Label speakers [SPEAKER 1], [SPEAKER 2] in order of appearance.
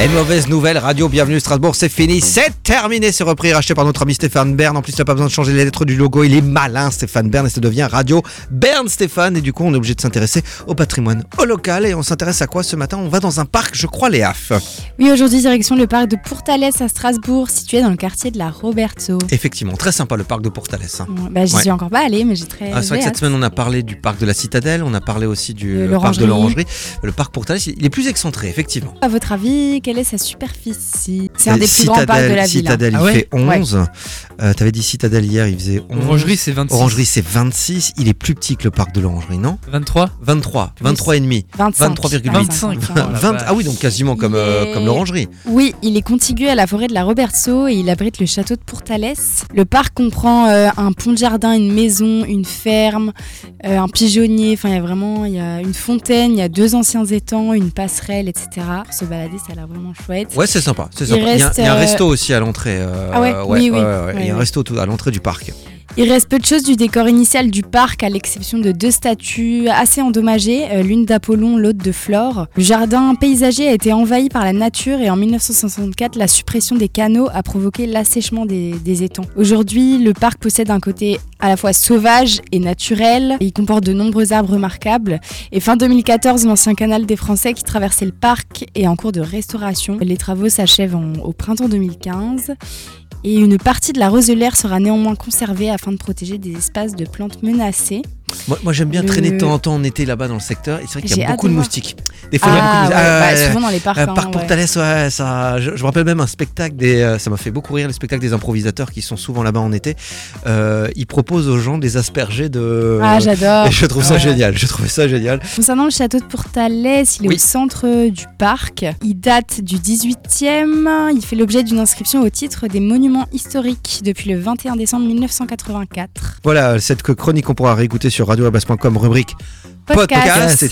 [SPEAKER 1] Et mauvaise nouvelle, Radio Bienvenue Strasbourg, c'est fini, c'est terminé, c'est repris, racheté par notre ami Stéphane Bern. En plus, il n'a pas besoin de changer les lettres du logo, il est malin Stéphane Bern et ça devient Radio Bern Stéphane. Et du coup, on est obligé de s'intéresser au patrimoine, au local. Et on s'intéresse à quoi ce matin On va dans un parc, je crois, les Haffes.
[SPEAKER 2] Oui, aujourd'hui, direction le parc de Pourtalès à Strasbourg, situé dans le quartier de la Roberto.
[SPEAKER 1] Effectivement, très sympa le parc de Portalès. hein.
[SPEAKER 2] Bon, bah, j'y
[SPEAKER 1] Ouais.
[SPEAKER 2] suis encore pas allée, mais j'ai très.
[SPEAKER 1] Ah, c'est vrai que
[SPEAKER 2] Eh, j'ai
[SPEAKER 1] cette
[SPEAKER 2] hâte.
[SPEAKER 1] semaine on a parlé du parc de la Citadelle, on a parlé aussi
[SPEAKER 2] De
[SPEAKER 1] du euh, parc de
[SPEAKER 2] l'Orangerie.
[SPEAKER 1] l'Orangerie. Le parc Portalès, il est plus excentré effectivement.
[SPEAKER 2] À votre avis, quelle est sa superficie C'est un
[SPEAKER 1] Et
[SPEAKER 2] des plus grands parcs de la ville. hein.
[SPEAKER 1] Citadelle,
[SPEAKER 3] Ah ouais
[SPEAKER 1] il fait 11. Euh, T'avais dit Citadelle hier, il faisait 11.
[SPEAKER 3] Orangerie, c'est 26.
[SPEAKER 1] Orangerie, c'est 26. Il est plus petit que le parc de l'Orangerie, non
[SPEAKER 3] 23.
[SPEAKER 1] 23, 23 et demi.
[SPEAKER 2] 25.
[SPEAKER 1] 23,8.
[SPEAKER 2] 25.
[SPEAKER 1] 20, ah oui, donc quasiment comme, euh,
[SPEAKER 2] Et-
[SPEAKER 1] comme l'Orangerie.
[SPEAKER 2] hein, Oui, il est contigu à la forêt de la Roberto et il abrite le château de Pourtalès. Le parc comprend euh, un pont de jardin, une maison, une ferme, euh, un pigeonnier. Enfin, il y a vraiment il y a une fontaine, il y a deux anciens étangs, une passerelle, etc. Pour se balader, ça a l'air vraiment chouette.
[SPEAKER 1] Ouais, c'est sympa. c'est
[SPEAKER 2] Il
[SPEAKER 1] sympa. Il, y a,
[SPEAKER 2] reste,
[SPEAKER 1] il y a un
[SPEAKER 2] euh,
[SPEAKER 1] resto aussi à l'entrée. euh,
[SPEAKER 2] Ah ouais, oui,
[SPEAKER 1] Il
[SPEAKER 2] oui.
[SPEAKER 1] y a un
[SPEAKER 2] Ouais,
[SPEAKER 1] resto tout à l'entrée du parc.
[SPEAKER 2] Il reste peu de choses du décor initial du parc, à l'exception de deux statues assez endommagées, euh, l'une d'Apollon, l'autre de Flore. Le jardin paysager a été envahi par la nature et en 1964, la suppression des canaux a provoqué l'assèchement des, des étangs. Aujourd'hui, le parc possède un côté à la fois sauvage et naturel. Il comporte de nombreux arbres remarquables. Et fin 2014, l'ancien canal des Français qui traversait le parc est en cours de restauration. Les travaux s'achèvent en- au printemps 2015. Et une partie de la roselaire sera néanmoins conservée afin de protéger des espaces de plantes menacées.
[SPEAKER 1] Moi, moi, j'aime bien
[SPEAKER 2] Le-
[SPEAKER 1] traîner de temps en temps en été là-bas dans le secteur. Et c'est vrai qu'il y
[SPEAKER 2] J'ai
[SPEAKER 1] a
[SPEAKER 2] hâte
[SPEAKER 1] beaucoup
[SPEAKER 2] de
[SPEAKER 1] de
[SPEAKER 2] voir.
[SPEAKER 1] moustiques. Des fois, il y a beaucoup de
[SPEAKER 2] ouais,
[SPEAKER 1] moustiques.
[SPEAKER 2] bah,
[SPEAKER 1] Ah, ouais, ouais.
[SPEAKER 2] souvent dans les parcs.
[SPEAKER 1] Euh,
[SPEAKER 2] hein,
[SPEAKER 1] Parc
[SPEAKER 2] ouais.
[SPEAKER 1] Portales, ouais, ça, je, je me rappelle même un spectacle des, euh, ça m'a fait beaucoup rire, les spectacles des improvisateurs qui sont souvent là-bas en été. Euh, ils proposent aux gens des aspergés de.
[SPEAKER 2] Ah, j'adore.
[SPEAKER 1] Euh, et je trouve ça
[SPEAKER 2] Ouais.
[SPEAKER 1] génial, je trouvais ça génial.
[SPEAKER 2] Concernant le château de Pourtalès, il est
[SPEAKER 1] Oui.
[SPEAKER 2] au centre du parc. Il date du 18e. Il fait l'objet d'une inscription au titre des monuments historiques depuis le 21 décembre 1984.
[SPEAKER 1] Voilà, cette chronique on pourra réécouter sur radioabas.com, rubrique podcast, et